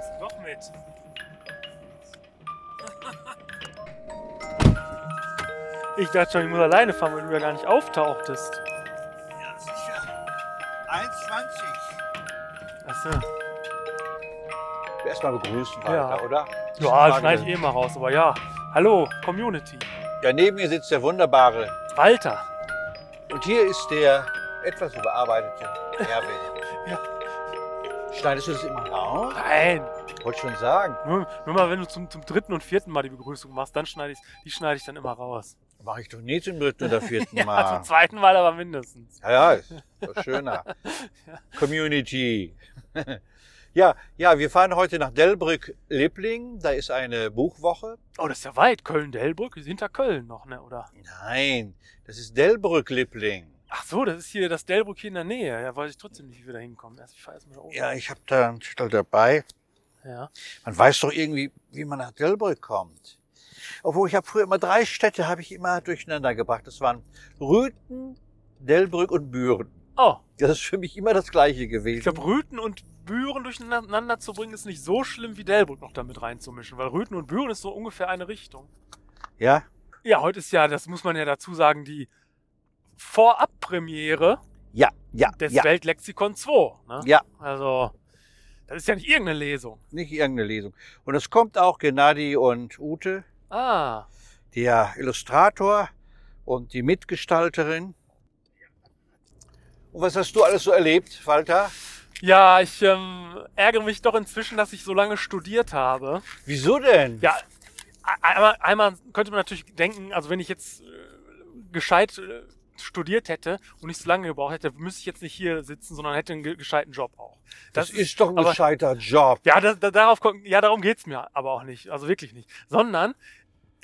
Zeit. Ich dachte schon, ich muss alleine fahren, weil du ja gar nicht auftauchtest. Ja, sicher. 1,20. Achso. Erstmal begrüßen Ja. weiter, oder? Ja, das Frage schneide ich denn. eh mal raus, aber ja. Hallo, Community. Ja, neben mir sitzt der wunderbare. Walter. Und hier ist der etwas überarbeitete Erwin. Ja. Schneidest du das immer raus? Nein. Wollte schon sagen. Nur, nur mal, wenn du zum, zum dritten und vierten Mal die Begrüßung machst, dann schneide ich die schneide ich dann immer raus. Mache ich doch nie zum dritten oder vierten Ja, Mal. zum zweiten Mal aber mindestens. Ja, ja, ist doch schöner. Community. ja, ja, wir fahren heute nach Delbrück-Lippling. Da ist eine Buchwoche. Oh, das ist ja weit. Köln-Delbrück ist hinter Köln noch, ne? Oder? Nein, das ist Delbrück-Lippling. Ach so, das ist hier das Delbrück hier in der Nähe. Ja, weiß ich trotzdem nicht, wie wir da hinkommen. Erst, ich fahre erstmal da oben. Ja, ich habe da einen Zettel dabei. ja. Man weiß doch irgendwie, wie man nach Delbrück kommt. Obwohl ich habe früher immer drei Städte habe ich immer durcheinander gebracht. Das waren Rüthen, Delbrück und Büren. Oh, Das ist für mich immer das gleiche gewesen. ich glaube, Rüten und Büren durcheinander zu bringen, ist nicht so schlimm, wie Delbrück noch damit reinzumischen, weil Rüten und Büren ist so ungefähr eine Richtung. ja, Ja, heute ist ja, das muss man ja dazu sagen, die Vorabpremiere ja, ja, des ja, Weltlexikon 2. Ne? ja. Also, das ist ja nicht irgendeine Lesung. Nicht irgendeine Lesung. Und es kommt auch Gennady und Ute, Ah, der Illustrator und die Mitgestalterin. Und was hast du alles so erlebt, Walter? ja, ich ähm, ärgere mich doch inzwischen, dass ich so lange studiert habe. Wieso denn? Ja, ein- einmal, einmal könnte man natürlich denken, also wenn ich jetzt äh, gescheit äh, studiert hätte und nicht so lange gebraucht hätte, müsste ich jetzt nicht hier sitzen, sondern hätte einen ge- gescheiten Job auch. das, ist doch ein aber- gescheiter Job. Ja, das, da, darauf, kommt- ja, darum geht's mir aber auch nicht. Also wirklich nicht. Sondern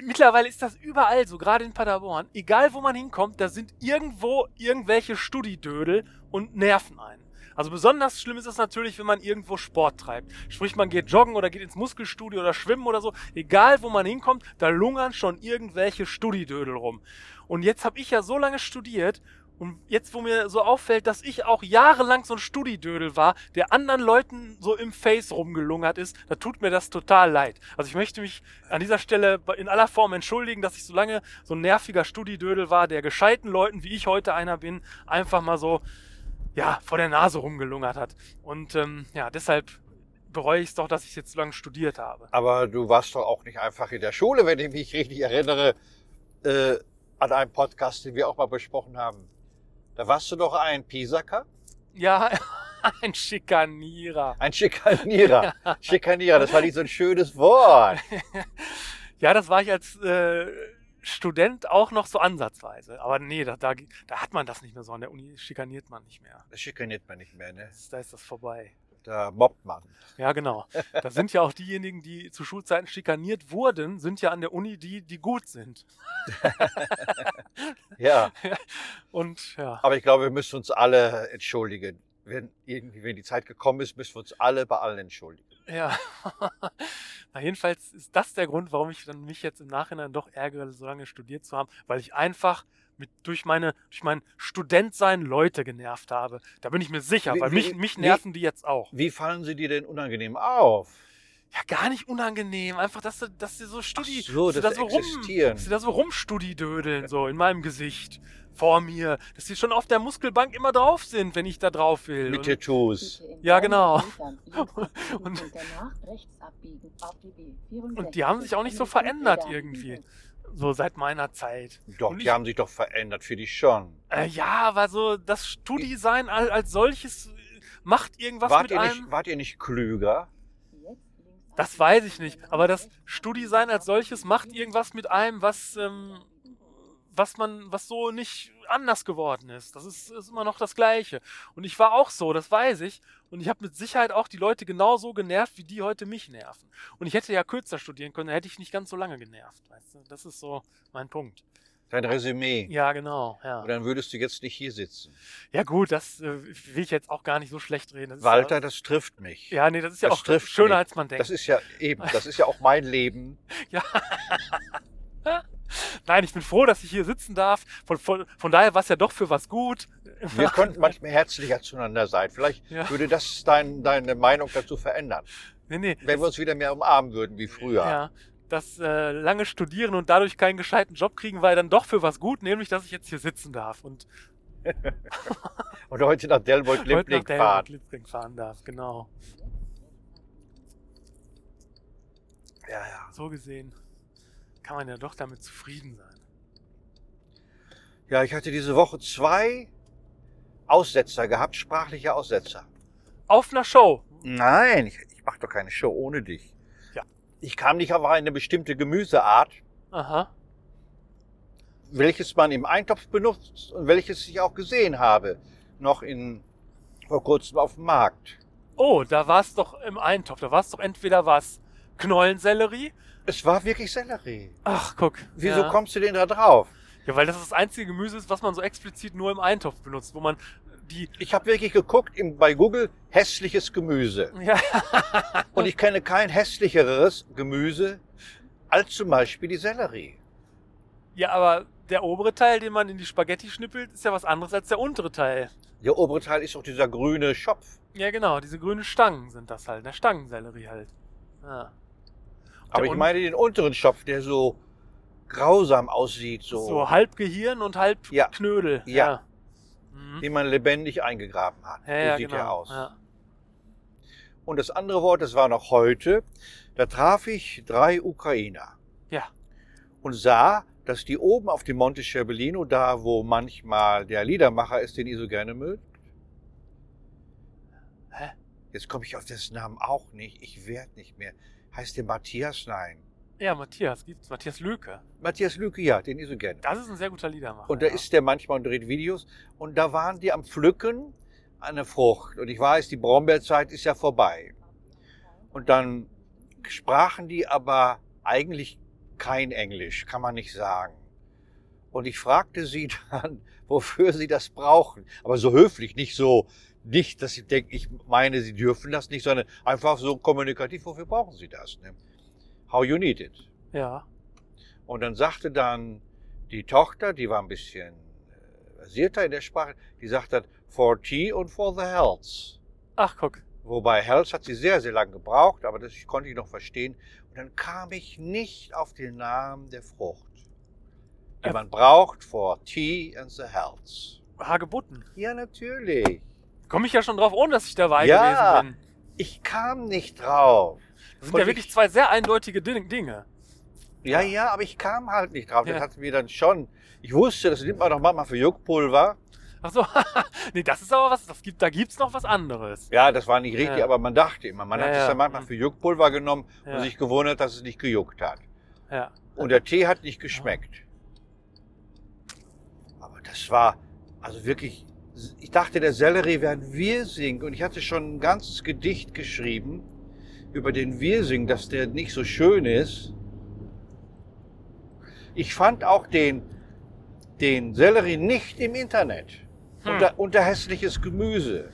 mittlerweile ist das überall so, gerade in Paderborn. Egal, wo man hinkommt, da sind irgendwo irgendwelche Studidödel und nerven einen. Also besonders schlimm ist es natürlich, wenn man irgendwo Sport treibt. Sprich, man geht joggen oder geht ins Muskelstudio oder schwimmen oder so. Egal, wo man hinkommt, da lungern schon irgendwelche Studidödel rum. Und jetzt habe ich ja so lange studiert und jetzt, wo mir so auffällt, dass ich auch jahrelang so ein Studidödel war, der anderen Leuten so im Face rumgelungert ist, da tut mir das total leid. Also ich möchte mich an dieser Stelle bei- in aller Form entschuldigen, dass ich so lange so ein nerviger Studidödel war, der gescheiten Leuten, wie ich heute einer bin, einfach mal so, ja, vor der Nase rumgelungert hat. Und ähm, ja, deshalb bereue ich es doch, dass ich jetzt so lange studiert habe. Aber du warst doch auch nicht einfach in der Schule, wenn ich mich richtig erinnere, äh, an einen Podcast, den wir auch mal besprochen haben. Da warst du doch ein Pisacker, Ja, ein Schikanierer. ein Schikanierer. Schikanierer, das war nicht so ein schönes Wort. Ja, das war ich als äh, Student auch noch so ansatzweise. Aber nee, da, da, da hat man das nicht mehr so. An der Uni schikaniert man nicht mehr. Das schikaniert man nicht mehr, ne? Das, da ist das vorbei. Da mobbt man. Ja, genau. Da sind ja auch diejenigen, die zu Schulzeiten schikaniert wurden, sind ja an der Uni die, die gut sind. Ja, Und ja, aber ich glaube, wir müssen uns alle entschuldigen. Wenn irgendwie, wenn die Zeit gekommen ist, müssen wir uns alle bei allen entschuldigen. ja. Na, jedenfalls ist das der Grund, warum ich dann mich jetzt im Nachhinein doch ärgere, so lange studiert zu haben, weil ich einfach mit, durch meine, durch mein Studentsein Leute genervt habe. Da bin ich mir sicher, Wie- weil mich, wie- mich wie- nerven die jetzt auch. Wie fallen sie dir denn unangenehm auf? ja gar nicht unangenehm, einfach, dass sie, dass sie so studi, Ach so, dass sie dass da so sie rum, existieren. dass sie da so rumstudidödeln, so in meinem Gesicht, vor mir, dass sie schon auf der Muskelbank immer drauf sind, wenn ich da drauf will. Mit Und, Tattoos. Ja, genau. Und- Und, und die haben sich auch nicht so verändert irgendwie, so seit meiner Zeit. Doch, Und die ich- haben sich doch verändert für dich schon. Äh, ja, aber so das Studi-Sein al- als solches äh, macht irgendwas Wart mit ihr, einem. nicht, wart ihr nicht klüger? Das weiß ich nicht, aber das Studi-Sein als solches macht irgendwas mit einem, was, ähm, was man, was so nicht anders geworden ist. Das ist, ist immer noch das Gleiche. Und ich war auch so, das weiß ich. Und ich habe mit Sicherheit auch die Leute genauso genervt, wie die heute mich nerven. Und ich hätte ja kürzer studieren können, dann hätte ich nicht ganz so lange genervt. Weißt du? Das ist so mein Punkt. Dein Resümee. Ja, genau. Ja, Und dann würdest du jetzt nicht hier sitzen. ja gut, das äh, will ich jetzt auch gar nicht so schlecht reden. Das ist Walter, ja, das trifft mich. ja, nee, das ist ja das auch trifft schöner, mich. als man denkt. Das ist ja eben, das ist ja auch mein Leben. Nein, ich bin froh, dass ich hier sitzen darf. Von, von, von daher war es ja doch für was gut. Wir könnten manchmal herzlicher zueinander sein. Vielleicht Ja. würde das dein, deine Meinung dazu verändern. Nee, nee. Wenn wir uns wieder mehr umarmen würden wie früher. Ja. Das äh, lange Studieren und dadurch keinen gescheiten Job kriegen war ja dann doch für was gut, nämlich dass ich jetzt hier sitzen darf und Und heute nach heute nach Delbold-Limpling Dänemark fahren. Liebling fahren darf. Genau. Ja, ja. So gesehen kann man ja doch damit zufrieden sein. ja, ich hatte diese Woche zwei Aussetzer gehabt, sprachliche Aussetzer. Auf einer Show. Nein, ich, ich mache doch keine Show ohne dich. Ja. Ich kam nicht auf eine bestimmte Gemüseart, Aha. welches man im Eintopf benutzt und welches ich auch gesehen habe. Noch in, vor kurzem auf dem Markt. Oh, da war es doch im Eintopf. Da war es doch entweder was Knollensellerie. Es war wirklich Sellerie. Ach, guck. Wieso ja. kommst du denn da drauf? Ja, weil das das einzige Gemüse ist, was man so explizit nur im Eintopf benutzt, wo man die. Ich habe wirklich geguckt im, bei Google hässliches Gemüse. Ja, Und ich kenne kein hässlicheres Gemüse als zum Beispiel die Sellerie. ja, aber der obere Teil, den man in die Spaghetti schnippelt, ist ja was anderes als der untere Teil. Der obere Teil ist auch dieser grüne Schopf. Ja, genau. Diese grünen Stangen sind das halt. Der Stangensellerie halt. Ja. Aber Der ich un- meine den unteren Schopf, der so grausam aussieht, So. so, halb Gehirn und halb Ja. Knödel. Ja. Ja. Mhm. den man lebendig eingegraben hat. Ja, so ja, sieht genau. er aus. Ja. Und das andere Wort, das war noch heute, da traf ich drei Ukrainer. Ja. Und sah, dass die oben auf dem Monte Cervellino, da wo manchmal der Liedermacher ist, den ihr so gerne mögt. Hä? Jetzt komme ich auf dessen Namen auch nicht. Ich werd nicht mehr. Heißt der Matthias? Nein. ja, Matthias gibt's. Matthias Lüke. Matthias Lüke, ja, den ihr so gerne. Das ist ein sehr guter Liedermacher. Und da ja. ist der manchmal und dreht Videos. Und da waren die am Pflücken eine Frucht. Und ich weiß, die Brombeerzeit ist ja vorbei. Und dann sprachen die aber eigentlich kein Englisch, kann man nicht sagen. Und ich fragte sie dann, wofür sie das brauchen. Aber so höflich, nicht so, nicht, dass ich denke, ich meine, sie dürfen das nicht, sondern einfach so kommunikativ, wofür brauchen sie das? Ne? How you need it. Ja. Und dann sagte dann die Tochter, die war ein bisschen äh, versierter in der Sprache, die sagte dann, for tea und for the health. Ach, guck. Wobei health hat sie sehr, sehr lange gebraucht, aber das konnte ich noch verstehen. Und dann kam ich nicht auf den Namen der Frucht, die Äh. man braucht for tea and the health. Hagebutten. Ja, natürlich. Komme ich ja schon drauf, ohne dass ich dabei Ja. gewesen bin. Ich kam nicht drauf. Das sind Und ja wirklich zwei sehr eindeutige Din- Dinge. Ja, ja, aber ich kam halt nicht drauf. Ja. Das hat mir dann schon. Ich wusste, das nimmt man doch manchmal für Juckpulver. Ach so. nee, das ist aber was, das gibt, da gibt's noch was anderes. Ja, das war nicht richtig, Ja. aber man dachte immer. Man Ja, hat es ja. dann manchmal Mhm. für Juckpulver genommen Ja. und sich gewundert, dass es nicht gejuckt hat. Ja. Und der Tee hat nicht geschmeckt. Aber das war, also wirklich, ich dachte, der Sellerie wäre ein Wirsing. Und ich hatte schon ein ganzes Gedicht geschrieben über den Wirsing, dass der nicht so schön ist. Ich fand auch den, den Sellerie nicht im Internet. Hm. Unter, unter hässliches Gemüse.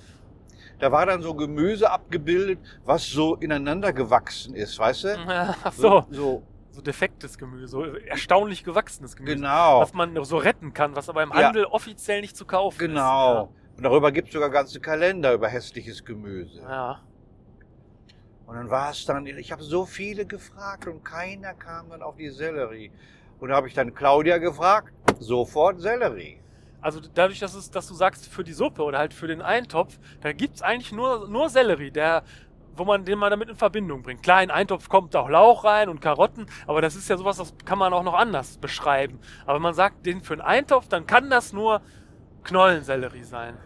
Da war dann so Gemüse abgebildet, was so ineinander gewachsen ist, weißt du? Ach so. So, So defektes Gemüse, so erstaunlich gewachsenes Gemüse. genau. Was man so retten kann, was aber im Ja. Handel offiziell nicht zu kaufen Genau. ist. Und darüber gibt es sogar ganze Kalender über hässliches Gemüse. Ja. ja. Und dann war es dann, ich habe so viele gefragt und keiner kam dann auf die Sellerie. Und da habe ich dann Claudia gefragt, sofort Sellerie. Also dadurch, dass, es, dass du sagst, für die Suppe oder halt für den Eintopf, da gibt's eigentlich nur, nur Sellerie, der, wo man den mal damit in Verbindung bringt. Klar, in den Eintopf kommt auch Lauch rein und Karotten, aber das ist ja sowas, das kann man auch noch anders beschreiben. Aber wenn man sagt, den für einen Eintopf, dann kann das nur Knollensellerie sein.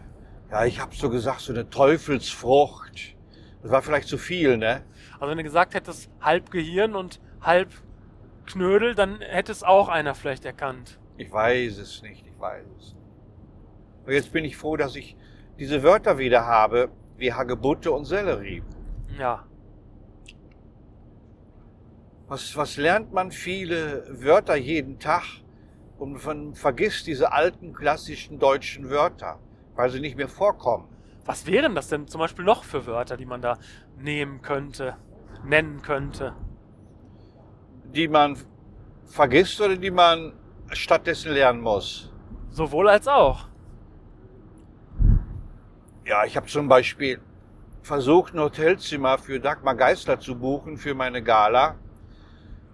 Ja, ich habe so gesagt, so eine Teufelsfrucht. Das war vielleicht zu viel, ne? Also wenn du gesagt hättest, halb Gehirn und halb Knödel, dann hätte es auch einer vielleicht erkannt. Ich weiß es nicht, ich weiß es. Und jetzt bin ich froh, dass ich diese Wörter wieder habe, wie Hagebutte und Sellerie. Ja. Was, was lernt man viele Wörter jeden Tag und man vergisst diese alten klassischen deutschen Wörter, weil sie nicht mehr vorkommen. Was wären das denn zum Beispiel noch für Wörter, die man da nehmen könnte, nennen könnte? Die man vergisst oder die man stattdessen lernen muss. Sowohl als auch. Ja, ich habe zum Beispiel versucht, ein Hotelzimmer für Dagmar Geißler zu buchen für meine Gala.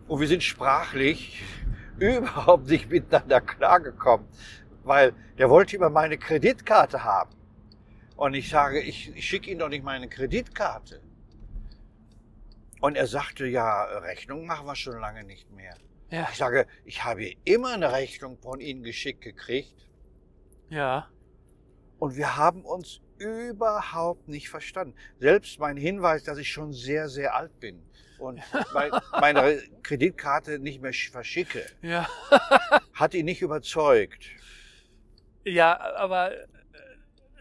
Und wir sind sprachlich überhaupt nicht miteinander klargekommen, weil der wollte immer meine Kreditkarte haben. Und ich sage, ich, ich schicke Ihnen doch nicht meine Kreditkarte. Und er sagte, ja, Rechnung machen wir schon lange nicht mehr. Ja. Ich sage, ich habe immer eine Rechnung von Ihnen geschickt gekriegt. Ja. Und wir haben uns überhaupt nicht verstanden. Selbst mein Hinweis, dass ich schon sehr, sehr alt bin und mein, meine Kreditkarte nicht mehr sch- verschicke, Ja. hat ihn nicht überzeugt. Ja, aber äh,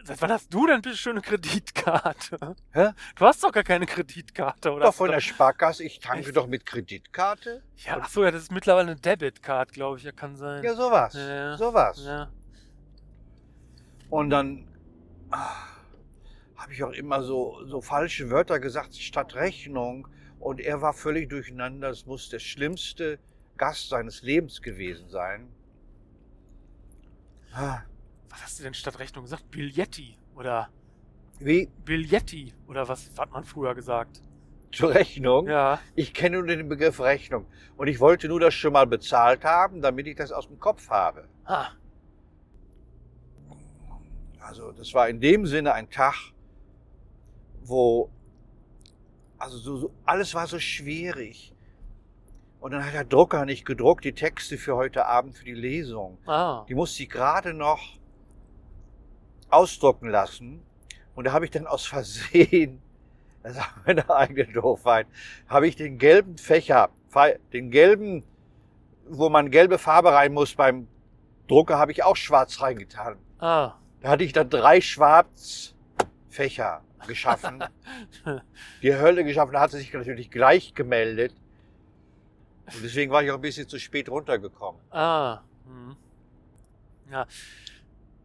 seit wann hast du denn bitte schön eine Kreditkarte? Hä? Du hast doch gar keine Kreditkarte, oder? Doch von der Sparkasse, ich tanke Echt? doch mit Kreditkarte. ja, ach so, ja, das ist mittlerweile eine Debitcard, glaube ich. Ja, kann sein. Ja, sowas. Ja. Sowas. ja. Und dann habe ich auch immer so, so falsche Wörter gesagt, statt Rechnung. Und er war völlig durcheinander. Es muss der schlimmste Gast seines Lebens gewesen sein. Ah, Was hast du denn statt Rechnung gesagt? Billetti oder Wie Billetti oder was hat man früher gesagt? zur Rechnung. Ja, Ich kenne nur den Begriff Rechnung. Und ich wollte nur das schon mal bezahlt haben, damit ich das aus dem Kopf habe. ah, Also das war in dem Sinne ein Tag, wo also so, so, alles war so schwierig. Und dann hat der Drucker nicht gedruckt, die Texte für heute Abend für die Lesung. ah. Die musste ich gerade noch ausdrucken lassen. Und da habe ich dann aus Versehen, das war meine eigene Doofheit, habe ich den gelben Fächer, Fe- den gelben, wo man gelbe Farbe rein muss beim Drucker, habe ich auch schwarz reingetan. Ah, Da hatte ich dann drei Schwarzfächer geschaffen. die Hölle geschaffen. Da hat sie sich natürlich gleich gemeldet. Und deswegen war ich auch ein bisschen zu spät runtergekommen. ah. Hm. Ja.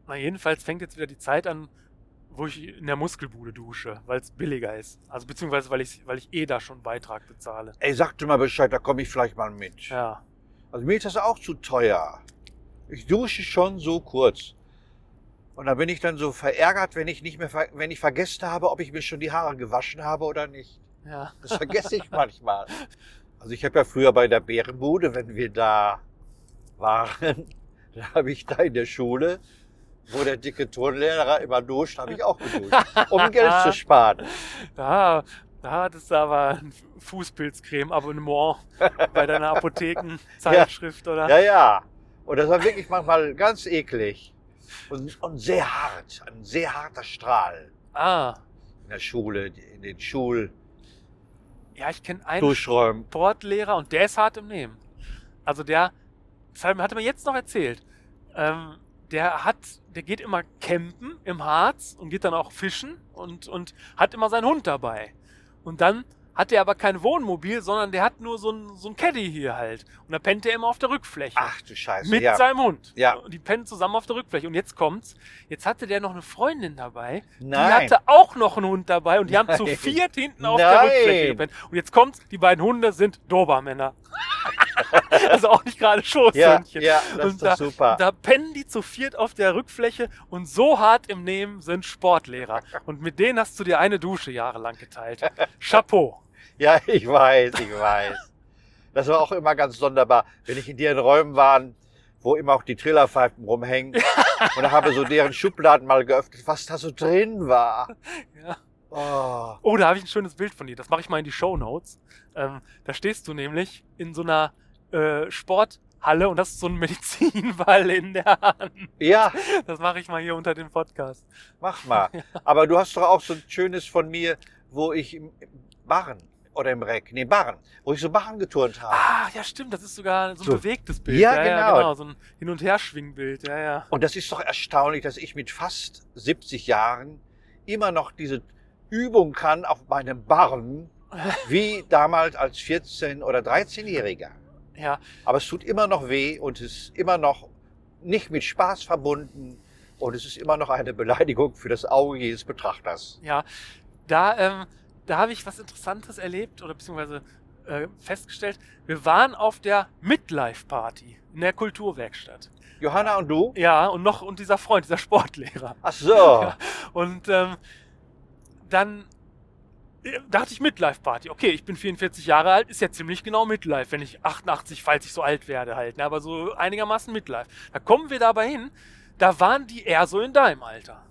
Na, jedenfalls fängt jetzt wieder die Zeit an, wo ich in der Muskelbude dusche, weil es billiger ist. Also beziehungsweise weil ich, weil ich eh da schon Beitrag bezahle. Ey, sag du mal Bescheid, da komme ich vielleicht mal mit. Ja. Also mir ist das auch zu teuer. Ich dusche schon so kurz. Und dann bin ich dann so verärgert, wenn ich nicht mehr, ver- wenn ich vergessen habe, ob ich mir schon die Haare gewaschen habe oder nicht. Ja. Das vergesse ich manchmal. Also ich habe ja früher bei der Bärenbude, wenn wir da waren, da habe ich da in der Schule, wo der dicke Turnlehrer immer duscht, habe ich auch geduscht, um Geld zu sparen. Da, da hattest du aber ein Fußpilzcreme-Abonnement bei deiner Apothekenzeitschrift, oder? Ja, ja. Und das war wirklich manchmal ganz eklig und, und sehr hart, ein sehr harter Strahl Ah. in der Schule, in den Schulduschräumen. Ja, ich kenne einen Sportlehrer und der ist hart im Nehmen. Also der, das hat hatte mir jetzt noch erzählt, ähm, der hat, der geht immer campen im Harz und geht dann auch fischen und, und hat immer seinen Hund dabei. Und dann hat er aber kein Wohnmobil, sondern der hat nur so ein, so ein Caddy hier halt. Und da pennt er immer auf der Rückfläche. Ach du Scheiße, Mit Also, ja. seinem Hund. Ja. Und Die pennen zusammen auf der Rückfläche. Und jetzt kommt's. Jetzt hatte der noch eine Freundin dabei. Nein. Die hatte auch noch einen Hund dabei. Und die haben zu Nein. viert hinten auf der Nein. Rückfläche gepennt. Und jetzt kommt's. Die beiden Hunde sind Dobermänner. also auch nicht gerade Ja, Schoßhündchen. ja, das Und ist doch super. Da pennen die zu viert auf der Rückfläche. Und so hart im Nehmen sind Sportlehrer. Und mit denen hast du dir eine Dusche jahrelang geteilt. Chapeau. Ja, ich weiß, ich weiß. Das war auch immer ganz sonderbar, wenn ich in deren Räumen war, wo immer auch die Trillerpfeifen rumhängen. Und da habe so deren Schubladen mal geöffnet, was da so drin war. Ja. Oh, Oh, da habe ich ein schönes Bild von dir. Das mache ich mal in die Show Notes. Ähm, da stehst du nämlich in so einer äh, Sporthalle und hast so einen Medizinball in der Hand. ja, Das mache ich mal hier unter dem Podcast. mach mal. Aber du hast doch auch so ein schönes von mir, wo ich im Barren oder im Reck, nee, Barren, wo ich so Barren geturnt habe. Ah, ja, stimmt. Das ist sogar so ein So. bewegtes Bild. Ja, genau. So ein Hin- und Herschwingbild. Ja, ja. Und das ist doch erstaunlich, dass ich mit fast 70 Jahren immer noch diese Übung kann auf meinem Barren, wie damals als 14- oder 13-Jähriger. Ja, Aber es tut immer noch weh und es ist immer noch nicht mit Spaß verbunden und es ist immer noch eine Beleidigung für das Auge jedes Betrachters. ja. Da, ähm, da habe ich was Interessantes erlebt oder beziehungsweise äh, festgestellt. Wir waren auf der Midlife-Party in der Kulturwerkstatt. Johanna und du? Ja, und noch, und dieser Freund, dieser Sportlehrer. Ach so. Und ähm, dann äh, dachte ich Midlife-Party. Okay, ich bin 44 Jahre alt, ist ja ziemlich genau Midlife, wenn ich 88, falls ich so alt werde halt. Ne? Aber so einigermaßen Midlife. Da kommen wir dabei hin, da waren die eher so in deinem Alter.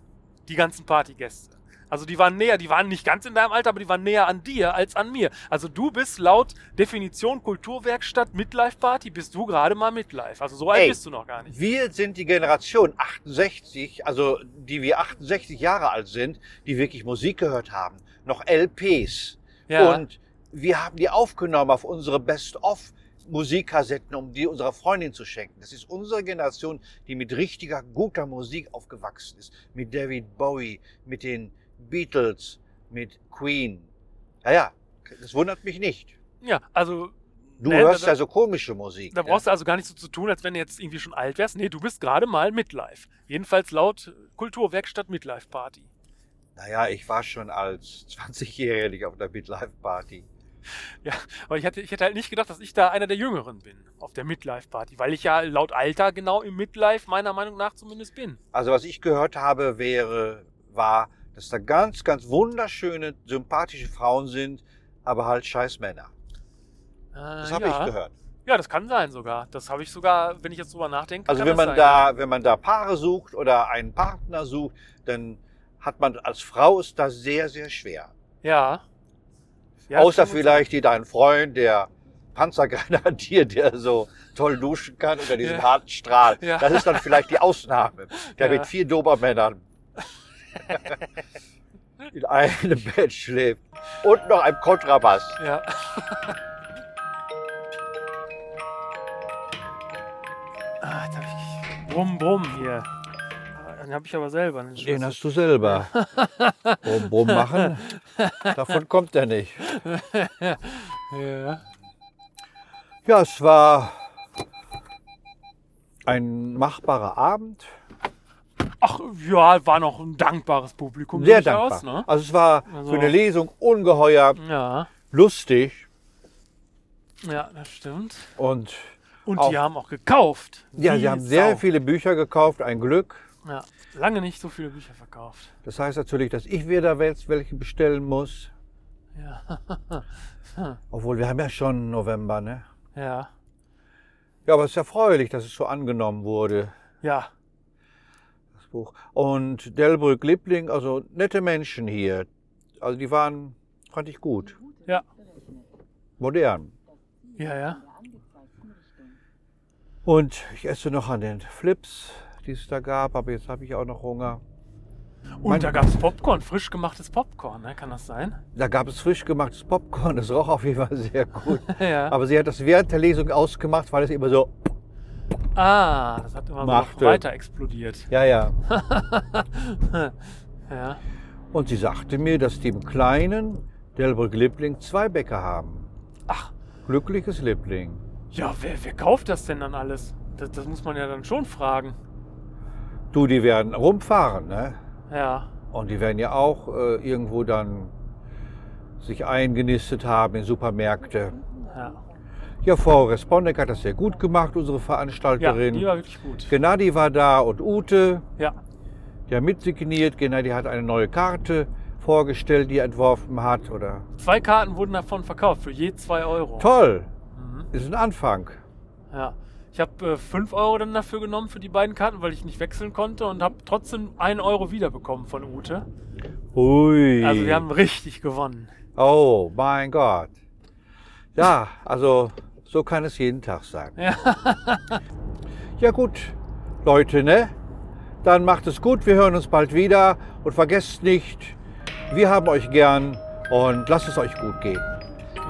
Die ganzen Partygäste. Also die waren näher, die waren nicht ganz in deinem Alter, aber die waren näher an dir als an mir. Also du bist laut Definition Kulturwerkstatt Midlife Party, bist du gerade mal Midlife. Also so alt Ey. bist du noch gar nicht. Wir sind die Generation 68, also die wir 68 Jahre alt sind, die wirklich Musik gehört haben, noch LPs. Ja. Und wir haben die aufgenommen auf unsere Best-of. Musikkassetten, um die unserer Freundin zu schenken. Das ist unsere Generation, die mit richtiger, guter Musik aufgewachsen ist. Mit David Bowie, mit den Beatles, mit Queen. Naja, das wundert mich nicht. ja, also Du Nee, hörst da- ja so komische Musik. da ne? brauchst du also gar nicht so zu tun, als wenn du jetzt irgendwie schon alt wärst. Nee, du bist gerade mal Midlife. Jedenfalls laut Kulturwerkstatt Midlife Party. Naja, ich war schon als 20-Jähriger nicht auf der Midlife-Party. Aber ich hätte, ich hätte halt nicht gedacht, dass ich da einer der Jüngeren bin auf der Midlife Party, weil ich ja laut Alter genau im Midlife meiner Meinung nach zumindest bin. Also was ich gehört habe, wäre, war, dass da ganz, ganz wunderschöne, sympathische Frauen sind, aber halt scheiß Männer. Äh, Das ja. habe ich gehört. Ja, das kann sein sogar. Das habe ich sogar, wenn ich jetzt drüber nachdenke. Also kann wenn das man sein. da, wenn man da Paare sucht oder einen Partner sucht, dann hat man als Frau ist das sehr, sehr schwer. Ja. Ja, das Außer kann gut vielleicht die deinen Freund, der Panzergrenadier, der so toll duschen kann unter diesem Ja. harten Strahl. Ja. Das ist dann vielleicht die Ausnahme. Der Ja. mit vier Dobermännern in einem Bett schläft. Und noch einem Kontrabass. sein. Ja. ah, jetzt hab ich Brumm, Brumm hier. Ah, Den habe ich aber selber. Den Schlüssel. Den hast du selber. Brumm, brumm machen, davon kommt er nicht. ja. Ja, es war ein machbarer Abend. Ach ja, war noch ein dankbares Publikum. Sehr dankbar. durchaus, Also es war Also- für eine Lesung ungeheuer Ne? Ja. lustig Ja, das stimmt. und Und Auch- die haben auch gekauft. ja, Wie sie haben sehr Sau. viele Bücher gekauft, ein Glück. Ja, lange nicht so viele Bücher verkauft. Das heißt natürlich, dass ich wieder jetzt welche bestellen muss. Ja. Obwohl, wir haben ja schon November, ne? ja. Ja, aber es ist erfreulich, dass es so angenommen wurde, Ja. das Buch. Und Delbrück-Liebling, also nette Menschen hier. Also die waren, fand ich gut, Ja. modern. Ja, ja. Und ich esse noch an den Flips, die es da gab, aber jetzt habe ich auch noch Hunger. Und Mein- da gab es Popcorn, frisch gemachtes Popcorn, ne? kann das sein? Da gab es frisch gemachtes Popcorn, das roch auf jeden Fall sehr gut. ja. Aber sie hat das während der Lesung ausgemacht, weil es immer so, Ah, das hat immer so noch Machte. weiter explodiert. ja, ja. ja. Und sie sagte mir, dass die im kleinen Delbrück-Liebling zwei Bäcker haben. Ach, Glückliches Liebling. ja, wer, wer kauft das denn dann alles? Das, das muss man ja dann schon fragen. Du, die werden rumfahren, ne? Ja. Und die werden ja auch äh, irgendwo dann sich eingenistet haben in Supermärkte. Ja, Ja, Frau Respondeck hat das sehr gut gemacht, unsere ja Veranstalterin. die war wirklich gut. Gennady war da und Ute, Ja, der mitsigniert. Gennady hat eine neue Karte vorgestellt, die er entworfen hat. Oder zwei Karten wurden davon verkauft für je zwei Euro. Toll, Oh. Mhm. ist ein Anfang. Ja. Ich habe äh, 5 Euro dann dafür genommen für die beiden Karten, weil ich nicht wechseln konnte und habe trotzdem 1 Euro wiederbekommen von Ute. Hui. Also wir haben richtig gewonnen. oh, mein Gott. Ja, also so kann es jeden Tag sein. Ja. Ja gut, Leute, ne? Dann macht es gut, wir hören uns bald wieder und vergesst nicht, wir haben euch gern und lasst es euch gut gehen.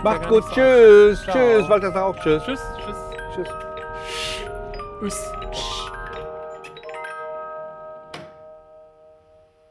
Macht gerne gut, so. tschüss, Ciao. tschüss, Walter sagt auch tschüss. Tschüss, tschüss. tschüss. Tschüss.